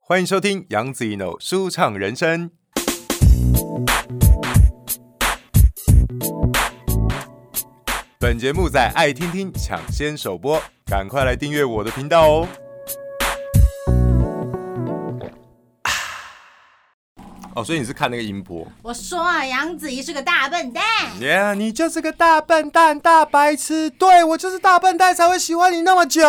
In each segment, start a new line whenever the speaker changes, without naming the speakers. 欢迎收听杨子一 n o 舒畅人生。本节目在爱听听抢先首播，赶快来订阅我的频道哦！哦，所以你是看那个音波？
我说啊，杨子怡是个大笨蛋。
耶、你就是个大笨蛋、大白痴，对我就是大笨蛋才会喜欢你那么久。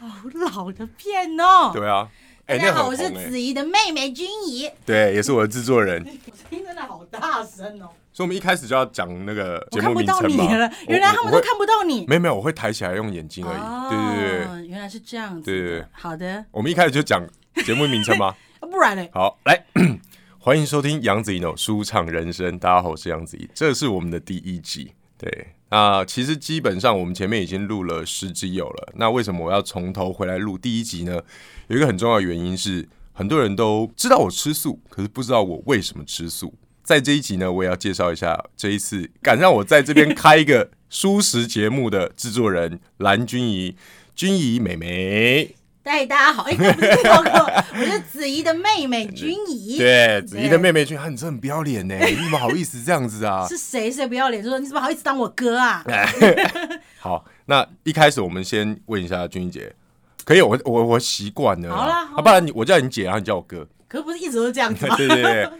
好老的片哦。
对啊，哎、
大
那很
家好，
红
我是
哎
子怡的妹妹君怡。
对，也是我的制作人，
我声音真的好大声哦，
所以我们一开始就要讲那个
我
节
看
目
不
名
到
称
你
嘛。
了，
我
原来他们都。看
我
不到
我
你。哦
没有没有，我会抬起来用眼睛而已。对对对，
对，原来是这样子。
对对对，
好的，
我们一开始就讲节目名称吗？
啊不然嘞，
好，来， 欢迎收听杨子怡的舒畅人生。大家好，我是杨子怡，这是我们的第一集。对，那其实基本上我们前面已经录了十集有了。那为什么我要从头回来录第一集呢？有一个很重要的原因是，很多人都知道我吃素，可是不知道我为什么吃素。在这一集呢，我也要介绍一下这一次敢让我在这边开一个 舒适节目的制作人蓝君怡，君怡妹妹。
嗨，大家好，哎，那不是报告， 我是子怡的妹妹君怡。
对，子怡的
对
妹妹君，啊你真的很不要脸呢，你怎么好意思这样子啊？
是谁谁不要脸说你怎么好意思当我哥啊？
哎好，那一开始我们先问一下君怡姐，可以？我我我习惯了啊，
好啦好啦
啊，不然你我叫你姐，然后你叫我哥，
可不是一直都这样子
对
吗？
对对对。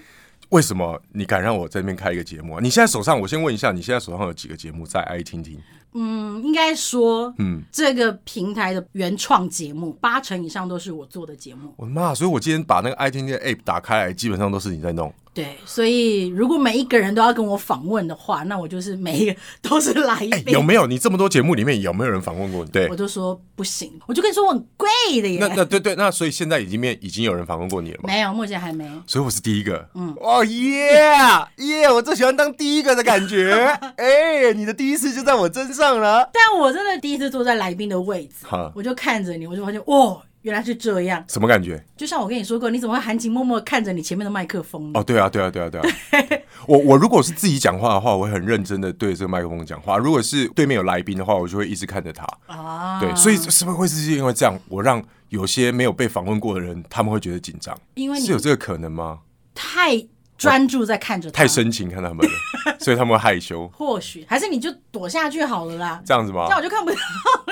为什么你敢让我在那边开一个节目啊？你现在手上，我先问一下，你现在手上有几个节目在爱听听？
嗯，应该说，
嗯
嗯，这个平台的原创节目八成以上都是我做的节目。
我的妈！所以我今天把那个爱听听的 app 打开来，基本上都是你在弄。
对，所以如果每一个人都要跟我访问的话，那我就是每一个都是来
哎、
宾，
有没有你这么多节目里面有没有人访问过你？对
我，就说不行，我就跟你说我很贵的耶。
那那对对，那所以现在已经面已经有人访问过你了吗？
没有，目前还没。
所以我是第一个。嗯，哦耶耶， 我最喜欢当第一个的感 觉。哎、你的第一次就在我身上了。
但我真的第一次坐在来宾的位置
哈，
我就看着你，我就发现哦，原来是这样。
什么感觉？
就像我跟你说过，你怎么会含情脉脉地看着你前面的麦克风呢？
哦，对啊，对啊，对啊， 对啊。我我如果是自己讲话的话，我会很认真的对这个麦克风讲话；如果是对面有来宾的话，我就会一直看着他。
啊，
对，所以是不是会是因为这样，我让有些没有被访问过的人，他们会觉得紧张？
因为你
是有这个可能吗？
太专注在看着他，
太深情看他们了，所以他们会害羞，
或许还是你就躲下去好了啦，
这样子吗
这？样我就看不到。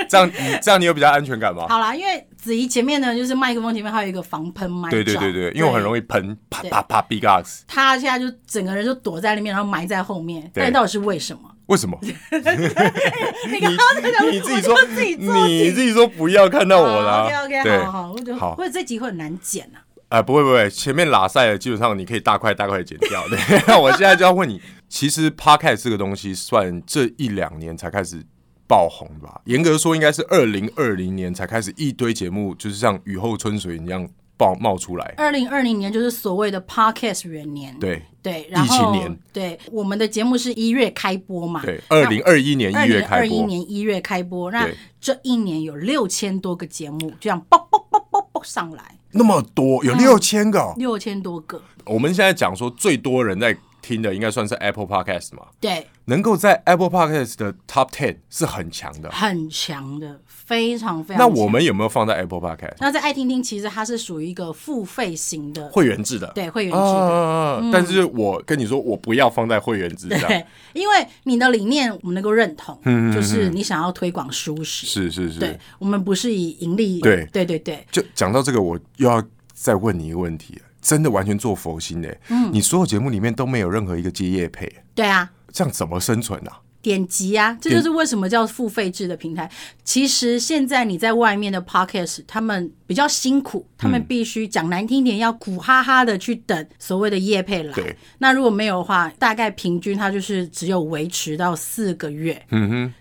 这样你这样你有比较安全感吗？
好啦，因为子怡前面呢，就是麦克风前面还有一个防喷麦罩，
对对对对，因为我很
易。
容易喷，啪
对
啪啪 big ups。
他现在就整个人就躲在里面，然后埋在后面。
对
那到底是为什么？
为什么？
你刚刚在讲，
你自己说
我就自己，做
你自己说不要看到我啦。
OK
对
OK，好好，我就
好
或者这集会很难剪啊。
啊，不会不会，前面拉塞的基本上你可以大块大块剪掉。对， 我现在就要问你，其实 podcast 这个东西算这一两年才开始爆红吧？严格说，应该是二零二零年才开始一堆节目，就是像雨后春笋一样爆冒出来。
二零二零年就是所谓的 Podcast 元年，
对
对，然
疫情
后
年
对我们的节目是一月开播嘛，
对，二零二一年
二
一月
零
开
二一
播，
年一月开播，那
对
这一年有六千多个节目，这样爆爆爆爆爆上来，
那么多有六千个哦、
六千多个，
我们现在讲说最多人在听的，应该算是 Apple Podcast 嘛。
对，
能够在 Apple Podcast 的 Top Ten 是很强的。
很强的，非常非常
那
强。
我们有没有放在 Apple Podcast
那在爱听听，其实它是属于一个付费型的，
会员制的？
对会员制的。
啊，
嗯
但是我跟你说，我不要放在会员制上。
对，因为你的理念我们能够认同，就是你想要推广舒适。
嗯是是是
对，，我们不是以盈利。
对
对对对，
就讲到这个，我又要再问你一个问题，真的完全做佛心的、
嗯
你所有节目里面都没有任何一个接业配，
对啊，
这样怎么生存啊？
点击啊，这就是为什么叫付费制的平台。其实现在你在外面的 podcast，他们比较辛苦，他们必须讲难听点，要苦哈哈的去等所谓的业配来
对。
那如果没有的话，大概平均它就是只有维持到四个月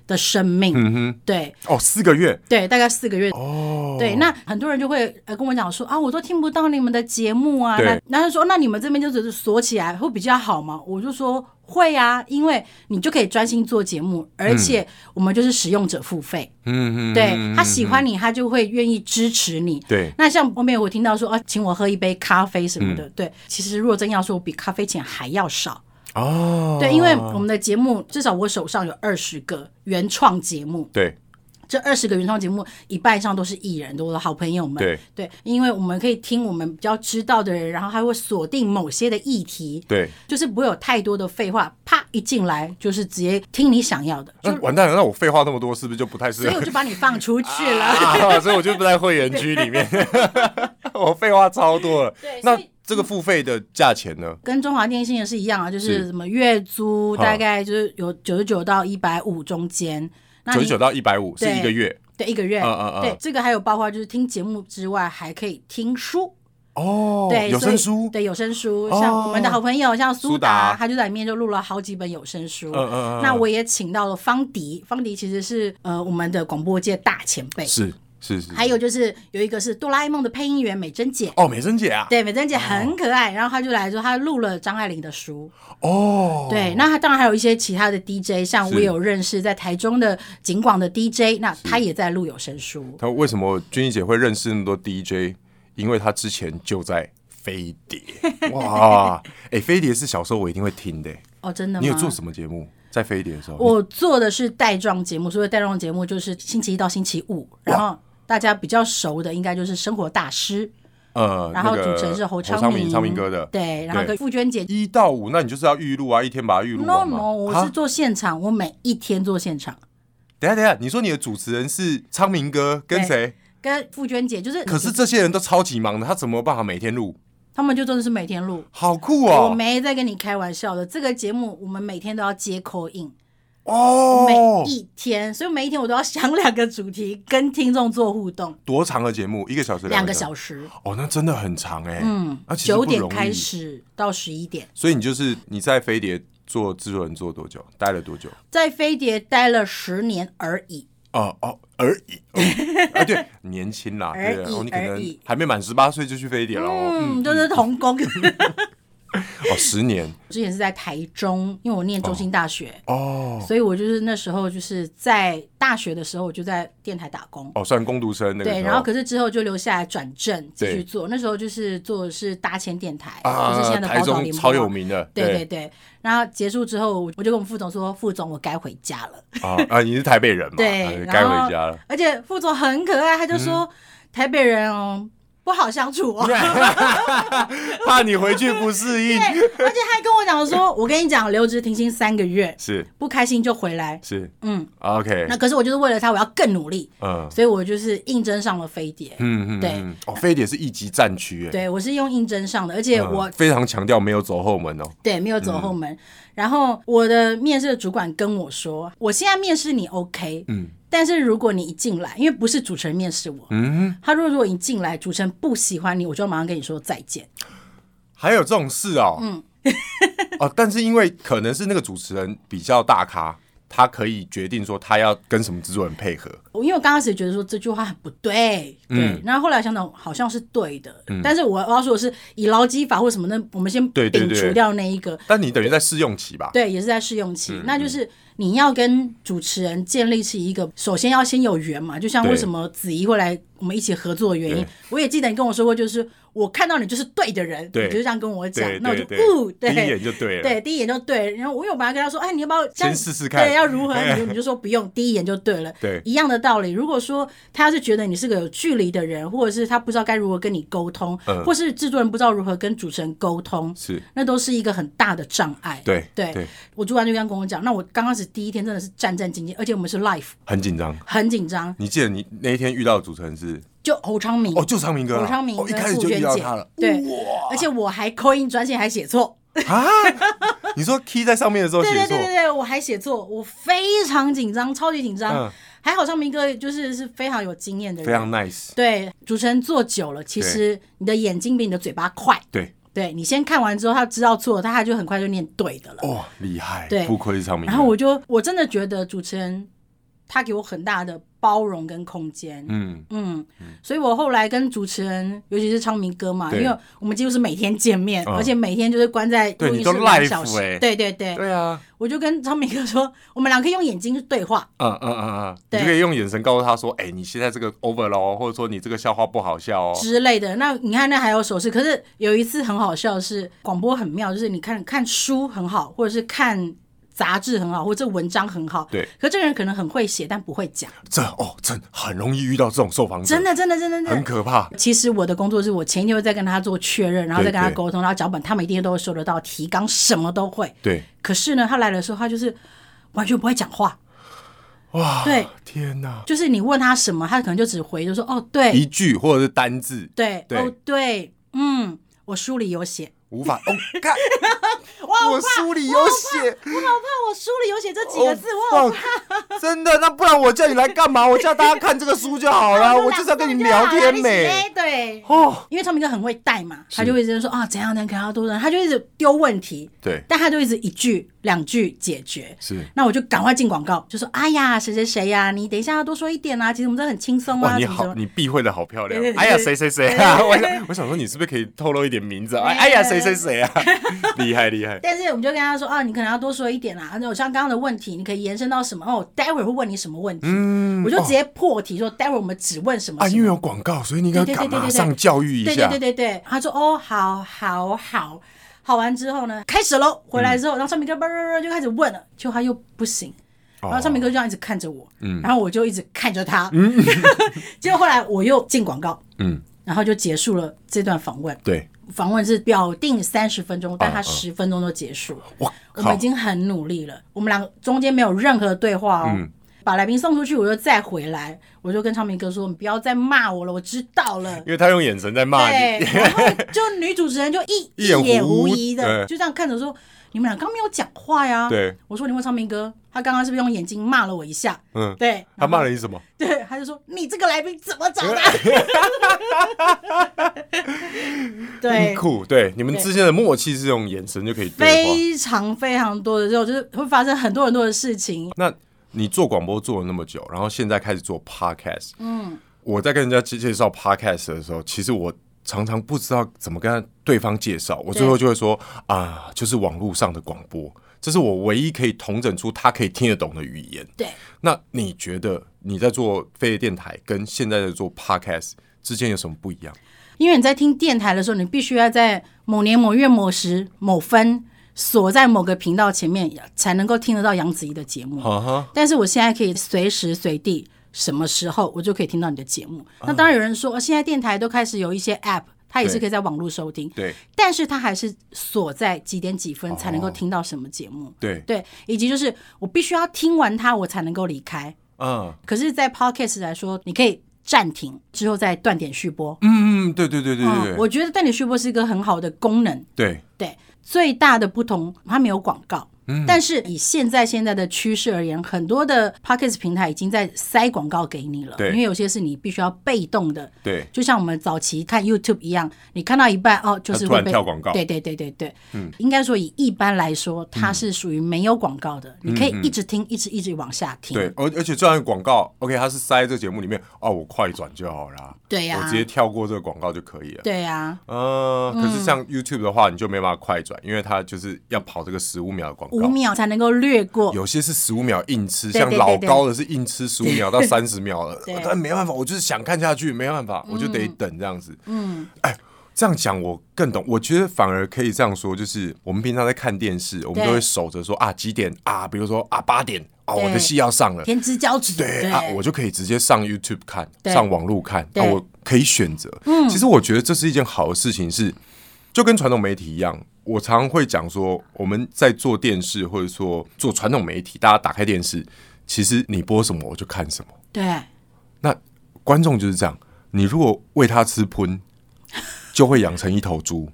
的生命。嗯哼，对。
哦，四个月
对，大概四个月。
哦，
对，那很多人就会呃跟我讲说啊，我都听不到你们的节目啊。
对
那然后就说那你们这边就只是锁起来会比较好吗？我就说会啊，因为你就可以专心做节目，而且我们就是使用者付费，
嗯嗯嗯，
对他喜欢你，他就会愿意支持你。
对
那像后面我听到说啊，请我喝一杯咖啡什么
嗯
的，对，其实如果真要说，我比咖啡钱还要少。
哦，
对，因为我们的节目至少我手上有二十个原创节目，
对
这二十个原创节目一半以上都是艺人，都是好朋友们。
对
因为我们可以听我们比较知道的人，然后还会锁定某些的议题，
对，
就是不会有太多的废话，啪一进来就是直接听你想要的，就
那、完蛋了，呃那我废话那么多，是不是就不太适
所以
合
我？就把你放出去了。
啊，所以我就不在会员区里面， 我废话超多了。
对所
那
以
这个付费的价钱呢？
跟中华电信也是一样啊，就是
是
什么月租
好
大概就是有九十九到一百五中间，那
九
你
十九到一百五是
对
一个月
对一个月，
啊啊啊
对这个还有包括就是听节目之外还可以听书，
哦，
对
有
所以
声书，
对有声书，
哦
像我们的好朋友像苏
苏达
达，他就在里面就录了好几本有声书。
嗯嗯嗯
那我也请到了方迪，方迪其实是呃我们的广播界大前辈，
是是是，
还有就是有一个是哆啦 A 梦的配音员美珍姐。
哦，美珍姐啊，
对，美珍姐很可爱，然后她就来说，她录了张爱玲的书，
哦，
对，那他当然还有一些其他的 DJ，像
是
我有认识在台中的景广的 DJ，那他也在录有声书。
他为什么君怡姐会认识那么多 DJ？因为她之前就在飞碟，哇，哎、飞碟是小时候我一定会听的、
哦，真的吗？
你有做什么节目？在飞碟的时候，
我做的是带状节目，所谓带状节目就是星期一到星期五，然后大家比较熟的应该就是《生活大师》，
呃，
然后
那
主
个
持人是侯
昌
昌
明，昌明哥的，
对，然后
对
跟傅娟姐。
一到五，那你就是要预录啊，一天把它预录
no
完嘛
no，我
啊
是做现场，我每一天做现场，
等一下等一下，你说你的主持人是昌明哥跟谁？
跟傅娟姐就是，
可是这些人都超级忙的，他怎么有办法每天录？
他们就真的是每天录。
好酷
我
哦！
没在跟你开玩笑的，这个节目我们每天都要接 call in，
哦
每，一天，所以每一天我都要想两个主题跟听众做互动，
多长的节目？一个小时，
两个
时？
小时，
哦，那真的很长哎。
嗯
啊，，其实
九
不容易
点开。始到十一点，
所以你就是你在飞碟做制作人做多久？待了多久？
在飞碟待了十年而已，
哦哦，而已。哦 啊，对，年轻啦，
而
对，
已
哦，你可
而
能
已
还没满十八岁就去飞碟了哦。
嗯，就是 童工。嗯
哦，十年
之前是在台中，因为我念中心大学，
哦
所以我就是那时候就是在大学的时候我就在电台打工。
哦，算工读生那个时
对，
候。
然后可是之后就留下来转正继续
对
做，那时候就是做的是大千电台，
啊，
就是现在的
台
宝岛
中
联播
超有
网
名的，
对对对，然后结束之后，我就跟我们副总说：“副总，我该回家了。
啊啊，你是台北人嘛？
对
啊
然
该
后
回家了”。 嗯
而且副总很可爱，他就说：“台北人哦，不好相处哦。”
怕你回去不适应，
对， 而且他还跟我讲说：“我跟你讲，留职停薪三个月，
是
不开心就回来。
是”
嗯，
，OK，
那可是我就是为了他，我要更努力，
嗯
所以我就是应征上了飞碟。
嗯嗯，
对
嗯，哦，飞碟是一级战区，哎，
对我是用应征上的，而且
嗯
我、
非常强调没有走后门哦，
对没有走后门。然后我的面试的主管跟我说：“我现在面试你 OK，
嗯
但是如果你一进来，因为不是主持人面试我，
嗯，
他说如果你进来，主持人不喜欢你，我就要马上跟你说再见。
还有这种事哦，嗯，哦，但是因为可能是那个主持人比较大咖，他可以决定说他要跟什么制作人配合，
我因为我刚开始觉得说这句话很不对，对，
嗯
然后后来想想好像是对的，但是我我要说的是以劳基法或什么的，我们先
对对
摒
对
除掉那一个，
但你等于在试用期吧？
对，也是在试用期，
嗯
那就是你要跟主持人建立起一个，首先要先有缘嘛，就像
对
为什么子怡会来我们一起合作的原因
对，
我也记得你跟我说过，就是我看到你就是对的人，
对
你就这样跟我讲
对，
那我就
对对
不
第
对，
一眼就对了，
对，第一眼就对。然后我有本来跟他说，哎，你要不要这样
先试试看
对，要如何？你就你就说不用，第一眼就对了。
对
一样的道理。如果说他要是觉得你是个有距离的人，或者是他不知道该如何跟你沟通，
嗯
或是制作人不知道如何跟主持人沟通，
是，
那都是一个很大的障碍。
对
对，
对，
我主管就跟跟我讲，那我刚开始第一天真的是战战兢兢，而且我们是 live，
很紧张。
很紧张。
你记得你那一天遇到的主持人是
就侯昌明，
哦，就昌明哥啦，
侯昌明
哦一
跟
开始
傅
就遇
娟
到
姐
他了，，
对，而且我还扣印专线还写错。
啊！你说 key 在上面的时候写
对对
错
对对对，我还写作，我非常紧张，超级紧张。
嗯
还好像明哥就是是非常有经验的人，
非常 nice，
对主持人做久了，其实你的眼睛比你的嘴巴快。
对，
对你先看完之后，他知道错了，他他就很快就念对的了。
哇、哦厉害，
对
不愧是昌明哥。
然后我就我真的觉得主持人他给我很大的包容跟空间。
嗯，
嗯，所以我后来跟主持人，尤其是昌明哥嘛，
对
因为我们几乎是每天见面，
嗯
而且每天就是关在
对
录
你
音
都
室两
live
小时。
欸
对对对，
对啊，
我就跟昌明哥说，我们俩可以用眼睛对话。
嗯嗯嗯嗯，你
对
就可以用眼神告诉他说，哎、你现在这个 over 了哦，或者说你这个笑话不好笑哦。
之类的，那你看那还有手势，可是有一次很好笑的是广播很妙，就是你看看书很好，或者是看杂志很好，或这文章很好，
对，
可这个人可能很会写，但不会讲，
这哦，真很容易遇到这种受访者，
真的，真的，真的，真的
很可怕。
其实我的工作是我前一天会再跟他做确认，然后再跟他
对对
沟通，然后脚本他们一定都会收得到，提纲什么都会。
对，
可是呢，他来的时候他就是完全不会讲话，
哇，
对，
天哪，
就是你问他什么，他可能就只回就说哦对
一句或者是单字
对
对
哦对，嗯，我书里有写，
无法，哦， 干，
哇，我
我
怕
书里有写，
我好怕我书里有写这几个字，我好
哦放 真的，那不然我叫你来干嘛？我叫大家看这个书就好了，
怕
我就是要跟你聊
啊
天美。
美，对。
哦，
因为他们就很会带嘛，
是
他就会一直说啊怎样怎样，可他多人，他就一直丢问题，
对，
但他就一直一句两句解决。
是。
那我就赶快进广告，就说哎呀谁谁谁呀、你等一下要多说一点啊，其实我们这很轻松
哇，
啊，
你
怎么怎
好，
么。
你避讳的好漂亮
对对。对
哎呀，谁谁谁啊！我想，我想说，你是不是可以透露一点名字啊？哎哎呀，谁谁谁啊！ 厉害厉害，
但是我们就跟他说啊，你可能要多说一点啦、啊。那我像刚刚的问题，你可以延伸到什么？哦，待会儿会问你什么问题？
嗯
我就直接破题说，待会儿我们只问什么
啊，
什
因
么
为有广告，所以你应该
对对
赶
对对
马
对对
上教育一
对对
下。
对对对，他说哦，好好好，好完之后呢，开始喽。回来之后，然后尚明哥叭叭叭就开始问了，结果他又不行，
哦
然后尚明哥就这样一直看着我，然后我就一直看着他，结果后来我又进广告，
嗯，
然后就结束了这段访问。
对，
访问是表定三十分钟，但
嗯
他
嗯
十分钟就结束。
我
我们
靠
已，经很努力了，我们两个中间没有任何对话哦。
嗯
把来宾送出去，我又再回来，我就跟昌明哥说：“你不要再骂我了，我知道了。”
因为他用眼神在 骂
对，
你。
然后就女主持人就 一
一
一
眼
脸
无
无
疑
疑的
对
就这样看着说：“你们俩刚没有讲话呀？”
对，
我说：“你问昌明哥，他刚刚是不是用眼睛骂了我 一下？”
嗯
对，
他骂了你什么？
对，他就说：“你这个来宾怎么找的？” 对
很，酷，对， 你们
对
之间的默契是用眼神就可以对话。
非常非常多的时候，就是会发生很多很多的事情。
那你做广播做了那么久，然后现在开始做 podcast，嗯，我在跟人家介介绍 podcast 的时候，其实我常常不知道怎么跟他对方介绍，我最后就会说啊，就是网络上的广播，这是我唯一可以统整出他可以听得懂的语言。
对，
那你觉得你在做飞碟电台跟现在在做 podcast 之间有什么不一样？
因为你在听电台的时候，你必须要在某年某月某时某分锁在某个频道前面，才能够听得到杨子怡的节目。
啊哈，
但是我现在可以随时随地，什么时候我就可以听到你的节目。那当然有人说，哦现在电台都开始有一些 App，它也是
对
可以在网络收听，
对
但是它还是锁在几点几分才能够听到什么节目。
对，
对，以及就是我必须要听完它，我才能够离开。
嗯
可是，在 Podcast 来说，你可以暂停之后再断点续播。
嗯，对对对对对
嗯，
对
我觉得断点续播是一个很好的功能。
对，
对，最大的不同，它没有广告。
嗯
但是以现在现在的趋势而言，很多的 p o c k e t 平台已经在塞广告给你了，
对
因为有些是你必须要被动的，
对
就像我们早期看 YouTube 一样，你看到一半哦，就是
它突
会
然
被
跳广告
对对对对对，嗯，应该说以一般来说，它是属于没有广告的，
嗯
你可以一直听，一直一直往下听，
对，而而且这样的广告，OK，它是塞在这个节目里面哦，我快转就好啦。
对呀
我直接跳过这个广告就可以了。
对啊，
嗯，可是像 YouTube 的话，你就没办法快转，因为它就是要跑这个十五秒的广
五
告。
秒才能够略过，
有些是十五秒硬吃，
对
像
对对
老
对
高的是硬吃十五秒到三十秒了
对，
但没办法，我就是想看下去，没办法，我就得等这样子。嗯，哎，这样讲我更懂，我觉得反而可以这样说，就是我们平常在看电视，我们
对
都会守着说啊几点啊，比如说啊八点啊，我的
对
戏要上了，
天之骄子，
对啊，我就可以直接上 YouTube 看，
对
上网络看，啊，
对
我可以选择。嗯，其实我觉得这是一件好的事情是，就跟传统媒体一样，我常会讲说，我们在做电视或者说做传统媒体，大家打开电视，其实你播什么我就看什么。
对
那观众就是这样，你如果喂他吃喷，就会养成一头猪。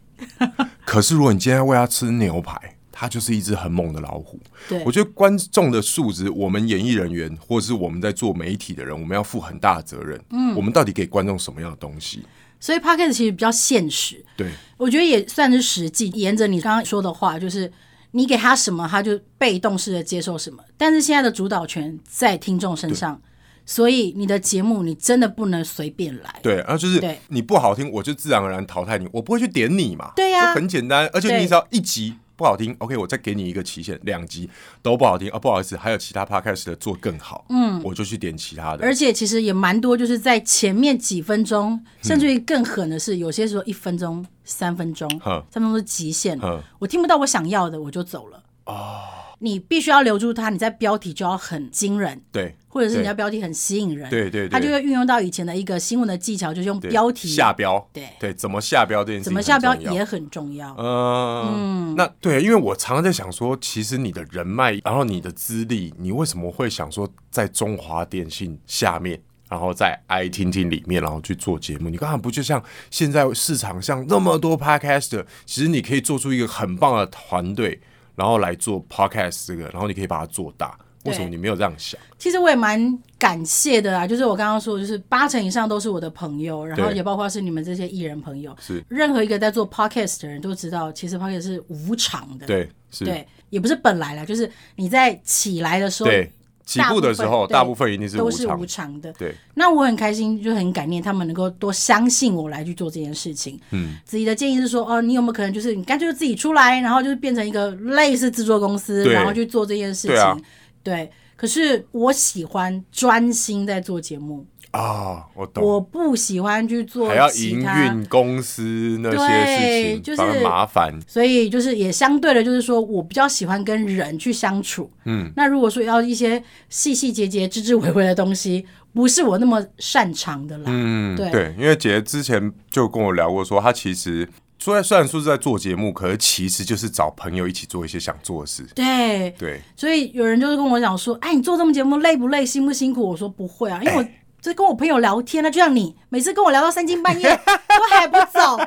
可是如果你今天喂他吃牛排，它就是一只很猛的老虎。
对
我觉得观众的素质，我们演艺人员或是我们在做媒体的人，我们要负很大的责任。嗯，我们到底给观众什么样的东西？
所以 p o c k e t 其实比较现实，
对，
我觉得也算是实际，沿着你刚刚说的话，就是你给他什么，他就被动式的接受什么。但是现在的主导权在听众身上，所以你的节目你真的不能随便来。
对，然、后就是
对
你不好听，我就自然而然淘汰你，我不会去点你嘛。
对呀
就很简单，而且你
对
只要一集。不好听，OK，我再给你一个期限，两集都不好听啊，不好意思，还有其他 podcast 的做更好，嗯，我就去点其他的，
而且其实也蛮多，就是在前面几分钟，甚至于更狠的是，有些时候一分钟、三分钟、
嗯哼
三分钟是极限
哼
了。我听不到我想要的，我就走了。哦，你必须要留住它，你在标题就要很惊人，
对
或者是你
对
要标题很吸引人，
对对对
它就会运用到以前的一个新闻的技巧，就是用
对
标题
下标，
对
对，怎么下标这件事情
怎么下标
很重要
也很重要。
嗯，那对，因为我常常在想说，其实你的人脉，然后你的资历，你为什么会想说在中华电信下面，然后在 i 听听里面，然后去做节目？你刚刚不就像现在市场上那么多 podcaster，其实你可以做出一个很棒的团队，然后来做 podcast 这个，然后你可以把它做大。为什么
对
你没有这样想？
其实我也蛮感谢的啊，就是我刚刚说，就是八成以上都是我的朋友，然后
对
也包括是你们这些艺人朋友。
是
任何一个在做 podcast 的人都知道，其实 podcast 是无偿的，
对，是，
对，也不是本来啦，就是你在起来的时候，
对，起
大
步的时候，
对
大部分一定是
都
无
是
偿，
无偿的。
对，
那我很开心，就很感念他们能够多相信我来去做这件事情。嗯，自己的建议是说，哦，你有没有可能就是你干脆就自己出来，然后就是变成一个类似制作公司，
对
然后去做这件事情。
对啊
对可是我喜欢专心在做节目，
啊、我懂。
我不喜欢去做
还要
其
营
他
运公司那些事
对
情，
就是
反而麻烦。嗯
所以就是也相对的，就是说我比较喜欢跟人去相处。嗯，那如果说要一些细细节节、枝枝微微的东西，不是我那么擅长的啦。
嗯，
对
对，因为姐之前就跟我聊过说她其实虽然虽然说是在做节目，可是其实就是找朋友一起做一些想做的事。
对，
对，
所以有人就是跟我讲说：“哎，你做这么节目累不累，辛不辛苦？”我说不会啊，因为我这跟我朋友聊天啊，就像你每次跟我聊到三更半夜都还不走，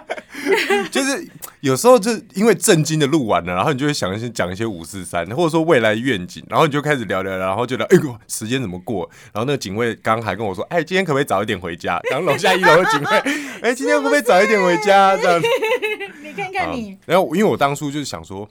就是有时候就是因为震惊的录完了，然后你就会想一些讲一些五四三，或者说未来愿景，然后你就开始聊聊，然后就聊，哎呦，时间怎么过？然后那个警卫刚还跟我说，哎，今天可不可以早一点回家？然后楼下一楼的警 卫，哎，今天可不可以早一点回家？这样子。
你看看你。
嗯然后因为我当初就是想说，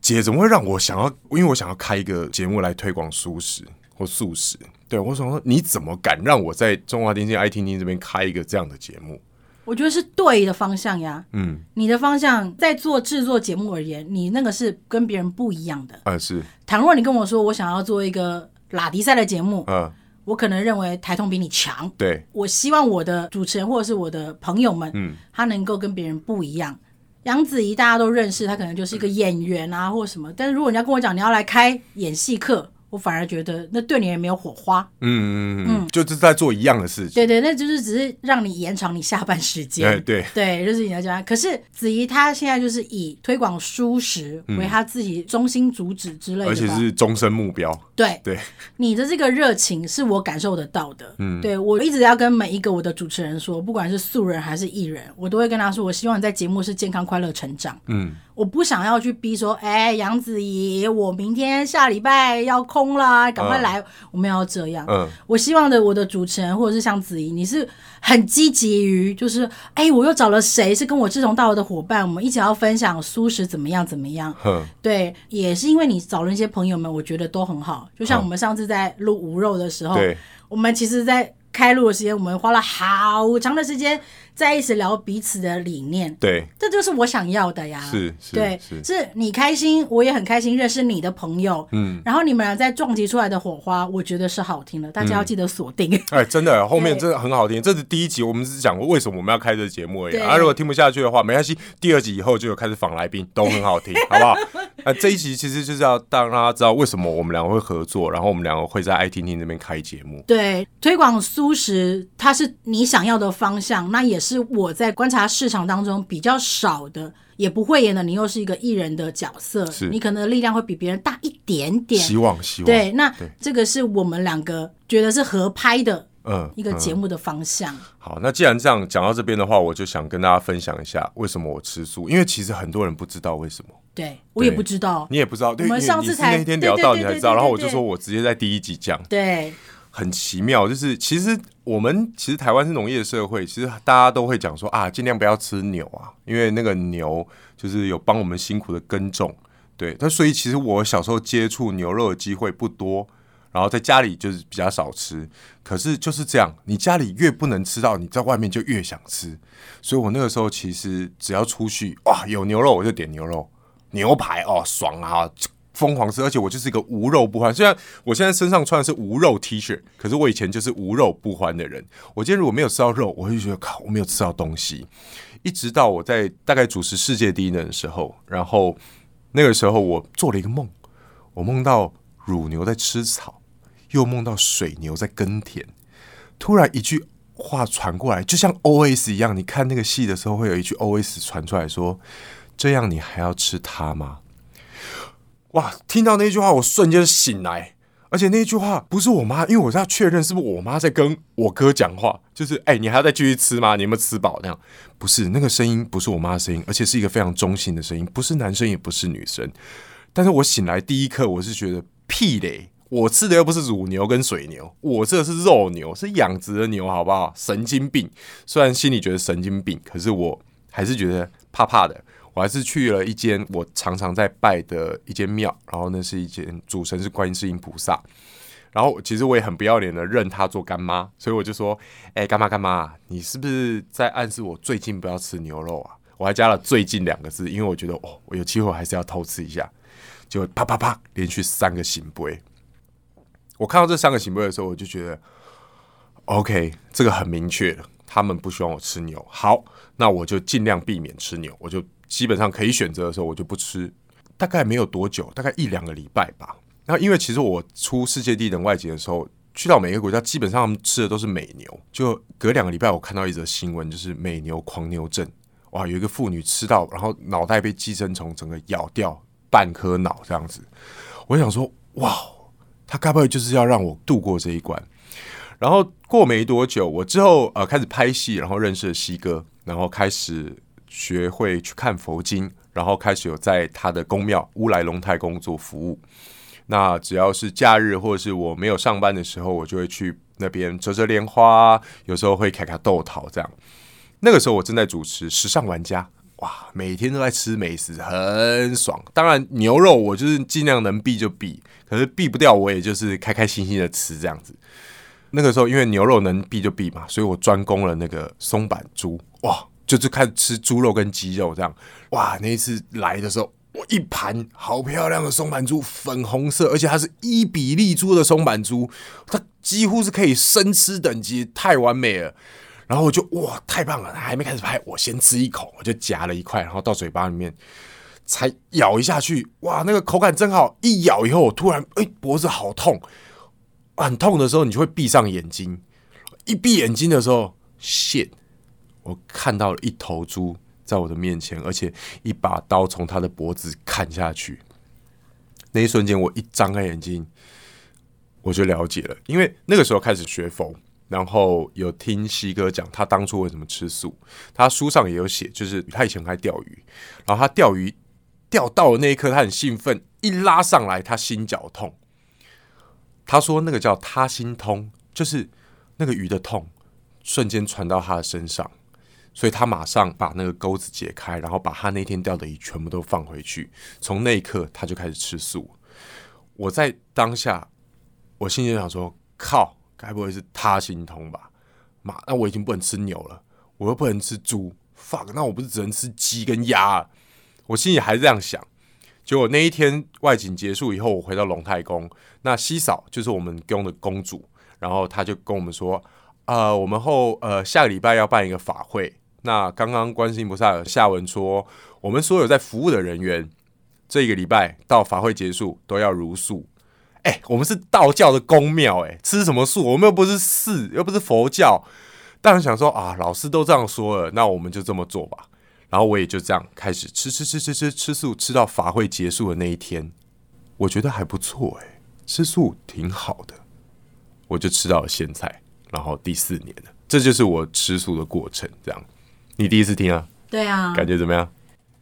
姐怎么会让我想要？因为我想要开一个节目来推广素食或素食。对我想说，你怎么敢让我在中华电信 i 听听这边开一个这样的节目？
我觉得是对的方向呀。
嗯，
你的方向在做制作节目而言，你那个是跟别人不一样的。
呃，是，
倘若你跟我说我想要做一个拉迪赛的节目，
呃，
我可能认为台通比你强。
对，
我希望我的主持人或者是我的朋友们，
嗯，
他能够跟别人不一样。杨子怡大家都认识，她可能就是一个演员啊，或什么。但是如果你要跟我讲你要来开演戏课，我反而觉得那对你也没有火花。
嗯嗯嗯，就是在做一样的事情。
对对，那就是只是让你延长你下班时间。
哎，对，
对，就是你的家。可是子怡她现在就是以推广舒适为她自己中心主旨之类的吧，
嗯而且是终身目标。
对
对，
你的这个热情是我感受得到的。嗯，对我一直要跟每一个我的主持人说，不管是素人还是艺人，我都会跟他说，我希望你在节目是健康、快乐、成长。
嗯，
我不想要去逼说，哎、杨子怡，我明天下礼拜要空啦，赶快来，我们要这样。
嗯，
我希望的我的主持人或者是像子怡，你是很积极于，就是哎、我又找了谁是跟我志同道合的伙伴，我们一起要分享素食怎么样怎么样。
哼，
对，也是因为你找了一些朋友们，我觉得都很好。就像我们上次在录无肉的时候，
对，
我们其实，在开录的时间，我们花了好长的时间在一起聊彼此的理念，
对，
这就是我想要的呀。
是是
对，
是，
是你开心，我也很开心认识你的朋友，
嗯，
然后你们俩在撞击出来的火花，我觉得是好听的，大家要记得锁定。
哎，真的，后面
对
真的很好听。这是第一集，我们只是讲过为什么我们要开这个节目而已。
对
啊，如果听不下去的话，没关系，第二集以后就有开始访来宾，都很好听，好不好？那这一集其实就是要让大家知道为什么我们两个会合作，然后我们两个会在爱听听那边开节目。
对，推广素食，它是你想要的方向，那也是我在观察市场当中比较少的，也不会演的。你又是一个艺人的角色
是，
你可能力量会比别人大一点
希
点。
望，希望，
对，那
对
这个是我们两个觉得是合拍的
嗯，
一个
嗯
节目的方向。
好，那既然这样讲到这边的话，我就想跟大家分享一下为什么我吃素，因为其实很多人不知道为什么。
对我也
对
不知道，
你也不知道，对，
我们
因为
上
你
次
是
才
那天
对
聊
对
到
对
你才
对
知道，
对
然后
对
我就
对
说我直接在第一集讲，
对
很奇妙，就是其实我们其实台湾是农业社会，其实大家都会讲说啊，尽量不要吃牛啊，因为那个牛就是有帮我们辛苦的耕种，对。但所以其实我小时候接触牛肉的机会不多，然后在家里就是比较少吃。可是就是这样，你家里越不能吃到，你在外面就越想吃。所以我那个时候其实只要出去哇，有牛肉我就点牛肉，牛排哦爽啊，疯狂吃，而且我就是一个无肉不欢。虽然我现在身上穿的是无肉 T 恤，可是我以前就是无肉不欢的人。我今天如果没有吃到肉，我就觉得靠，我没有吃到东西。一直到我在大概主持世界第一人的时候，然后那个时候我做了一个梦，我梦到乳牛在吃草，又梦到水牛在耕田。突然一句话传过来，就像 OS 一样，你看那个戏的时候，会有一句 OS 传出来说：“这样你还要吃它吗？”哇！听到那句话，我瞬间醒来，而且那句话不是我妈，因为我是要确认是不是我妈在跟我哥讲话，就是哎、你还要再继续吃吗？你有没有吃饱？那样不是那个声音，不是我妈的声音，而且是一个非常中性的声音，不是男生也不是女生。但是我醒来第一刻，我是觉得屁嘞！我吃的又不是乳牛跟水牛，我这是肉牛，是养殖的牛，好不好？神经病！虽然心里觉得神经病，可是我还是觉得怕怕的。我还是去了一间我常常在拜的一间庙，然后那是一间主神是观世音菩萨。然后其实我也很不要脸的认她做干妈，所以我就说：“哎、干妈干妈，你是不是在暗示我最近不要吃牛肉啊？”我还加了“最近”两个字，因为我觉得哦，我有机会还是要偷吃一下。结果啪啪啪，连续三个醒杯。我看到这三个醒杯的时候，我就觉得 OK，这个很明确了，他们不希望我吃牛。好，那我就尽量避免吃牛，我就基本上可以选择的时候，我就不吃。大概没有多久，大概一两个礼拜吧。然后因为其实我出世界地等外景的时候，去到每个国家，基本上他们吃的都是美牛。就隔两个礼拜，我看到一则新闻，就是美牛狂牛症。哇，有一个妇女吃到，然后脑袋被寄生虫整个咬掉半颗脑这样子。我想说，哇，他该不会就是要让我度过这一关？然后过没多久，我之后呃开始拍戏，然后认识了西哥，然后开始学会去看佛经，然后开始有在他的宫庙乌来龙太宫做服务。那只要是假日或者是我没有上班的时候，我就会去那边折折莲花，有时候会砍砍豆桃这样。那个时候我正在主持《时尚玩家》，哇，每天都在吃美食，很爽。当然牛肉我就是尽量能避就避，可是避不掉我也就是开开心心的吃这样子。那个时候因为牛肉能避就避嘛，所以我专攻了那个松板猪，哇，就是开始吃猪肉跟鸡肉这样。哇，那一次来的时候。我一盘好漂亮的松板猪，粉红色，而且它是伊比利猪的松板猪，它几乎是可以生吃等级，太完美了。然后我就哇，太棒了！还没开始拍，我先吃一口，我就夹了一块，然后到嘴巴里面才咬一下去，哇，那个口感真好！一咬以后，我突然哎、脖子好痛，很痛的时候你就会闭上眼睛，一闭眼睛的时候，shit，我看到了一头猪在我的面前，而且一把刀从它的脖子砍下去。那一瞬间，我一张开眼睛，我就了解了，因为那个时候开始学佛，然后有听西哥讲他当初为什么吃素，他书上也有写，就是他以前还钓鱼，然后他钓鱼钓到的那一刻，他很兴奋，一拉上来他心绞痛，他说那个叫他心通，就是那个鱼的痛瞬间传到他的身上，所以他马上把那个钩子解开，然后把他那天钓的鱼全部都放回去。从那一刻，他就开始吃素。我在当下，我心里就想说：靠，该不会是他心通吧？妈，那我已经不能吃牛了，我又不能吃猪，fuck，那我不是只能吃鸡跟鸭了？我心里还是这样想。结果那一天外景结束以后，我回到龙太宫，那西嫂就是我们宫的公主，然后她就跟我们说，呃，我们后呃下个礼拜要办一个法会，那刚刚观世音菩萨有下文说，我们所有在服务的人员，这一个礼拜到法会结束都要如素。哎、我们是道教的宫庙，哎，吃什么素？我们又不是寺，又不是佛教。当然想说啊，老师都这样说了，那我们就这么做吧。然后我也就这样开始吃吃吃吃吃吃素，吃到法会结束的那一天，我觉得还不错哎，吃素挺好的，我就吃到了咸菜，然后第四年了，这就是我吃素的过程。这样，你第一次听啊，
对啊，
感觉怎么样？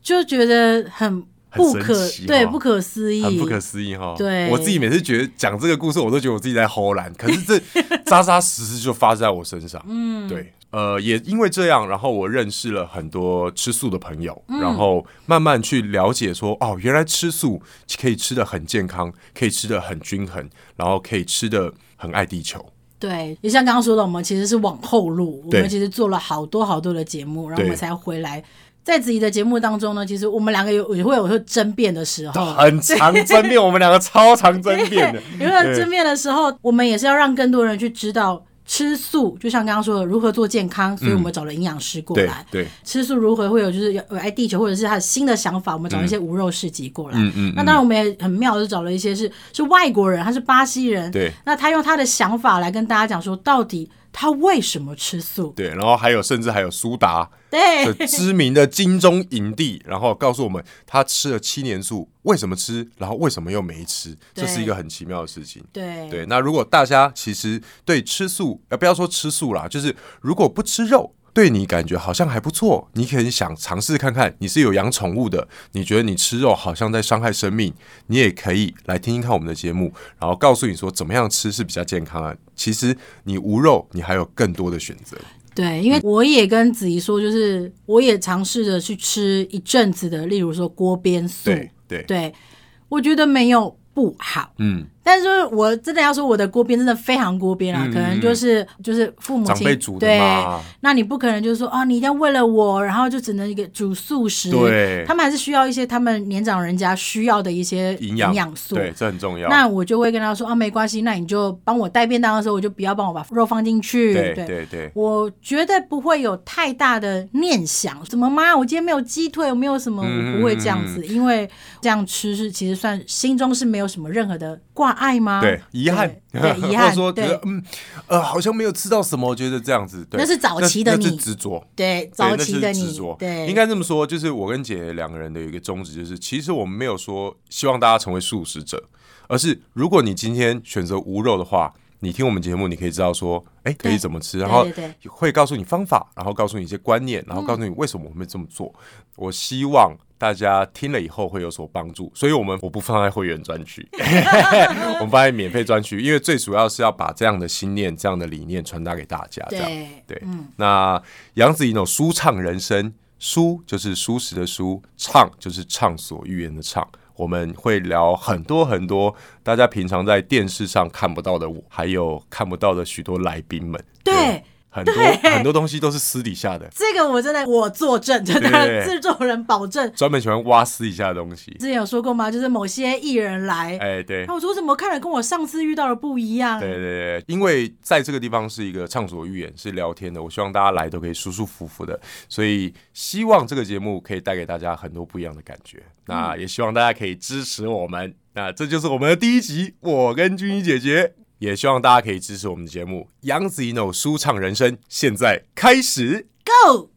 就觉得很
很
不
神
可
奇
对
哈
不可思议，
很不可思议哈！
对
我自己每次觉得讲这个故事，我都觉得我自己在偷懒，可是 这扎扎实实就发生在我身上。嗯，对，呃，也因为这样，然后我认识了很多吃素的朋友，
嗯
然后慢慢去了解说，哦，原来吃素可以吃的很健康，可以吃的很均衡，然后可以吃的很爱地球。
对，也像刚刚说的，我们其实是往后录，我
对
们其实做了好多好多的节目，然后我
对
们才回来。在自己的节目当中呢，其实我们两个有也会有时候争辩的时候，
很常争 辩，我们两个超常争辩的。
因为争辩的时候，我们也是要让更多人去知道吃素，就像刚刚说的，如何做健康，所以我们找了营养师过
嗯对
来。
对，
吃素如何会有就是有爱地球或者是他的新的想法，我们找一些无肉市集过来。
嗯嗯，
那
嗯
当然我们也很妙，就找了一些是是外国人，他是巴西人，
对
那他用他的想法来跟大家讲说，到底他为什么吃素？
对，然后还有甚至还有苏达，
对，
这知名的金钟影帝，然后告诉我们他吃了七年素，为什么吃，然后为什么又没吃，这是一个很奇妙的事情。
对，
对，那如果大家其实对吃素，呃，不要说吃素啦，就是如果不吃肉，对你感觉好像还不错，你可以想尝试看看。你是有养宠物的，你觉得你吃肉好像在伤害生命，你也可以来听听看我们的节目，然后告诉你说怎么样吃是比较健康啊。其实你无肉，你还有更多的选择。
对，因为我也跟子怡说，就是我也尝试着去吃一阵子的，例如说锅边素，
对对，
对我觉得没有不好。
嗯，
但是我真的要说，我的锅边真的非常锅边啊，
嗯
可能就是就是父母
长
亲
辈煮的
对
嘛，
那你不可能就是说啊，你一定要为了我，然后就只能一个煮素食。
对
他们还是需要一些他们年长人家需要的一些
营养
营养素。
对，这很重要。
那我就会跟他说啊，没关系，那你就帮我带便当的时候，我就不要帮我把肉放进去。
对对对，
我觉得不会有太大的念想，怎么妈，我今天没有鸡腿，我没有什么，
嗯
我不会这样子，因为这样吃是其实算心中是没有什么任何的挂碍吗？
对，遗憾，
啊对 对遗
或者
憾，
说觉得
对
嗯呃，好像没有吃到什么，觉得这样子，对，
那是早期的
那那是
你
执着。
对，
对
早
那
期
是
的
执
你
着，
对，
应该这么说，就是我跟姐两个人的有一个宗旨，就是其实我们没有说希望大家成为素食者，而是如果你今天选择无肉的话，你听我们节目，你可以知道说，哎，可以
对
怎么吃，
对
然后
对对嗯
会告诉你方法，然后告诉你一些观念，然后告诉你为什么我们会这么做。我希望大家听了以后会有所帮助，所以我们我不放在会员专区， 我们放在免费专区，因为最主要是要把这样的心念、这样的理念传达给大家。这样
对
对，那杨子怡呢？舒畅人生，舒就是舒适的舒，畅就是畅所欲言的畅。我们会聊很多很多大家平常在电视上看不到的我，还有看不到的许多来宾们。
对
很多很多东西都是私底下的，
这个我真的我作证，真
对
的 制作人保证。
专门喜欢挖私底下的东西。
之前有说过吗？就是某些艺人来，
哎，对
那、，我说怎么看了跟我上次遇到的不一样？
对对对，因为在这个地方是一个畅所欲言、是聊天的，我希望大家来都可以舒舒服服的，所以希望这个节目可以带给大家很多不一样的感觉。那也希望大家可以支持我们。那这就是我们的第一集，我跟君怡姐姐。也希望大家可以支持我们的节目《杨子一 n 舒畅人生》，现在开始。
，Go。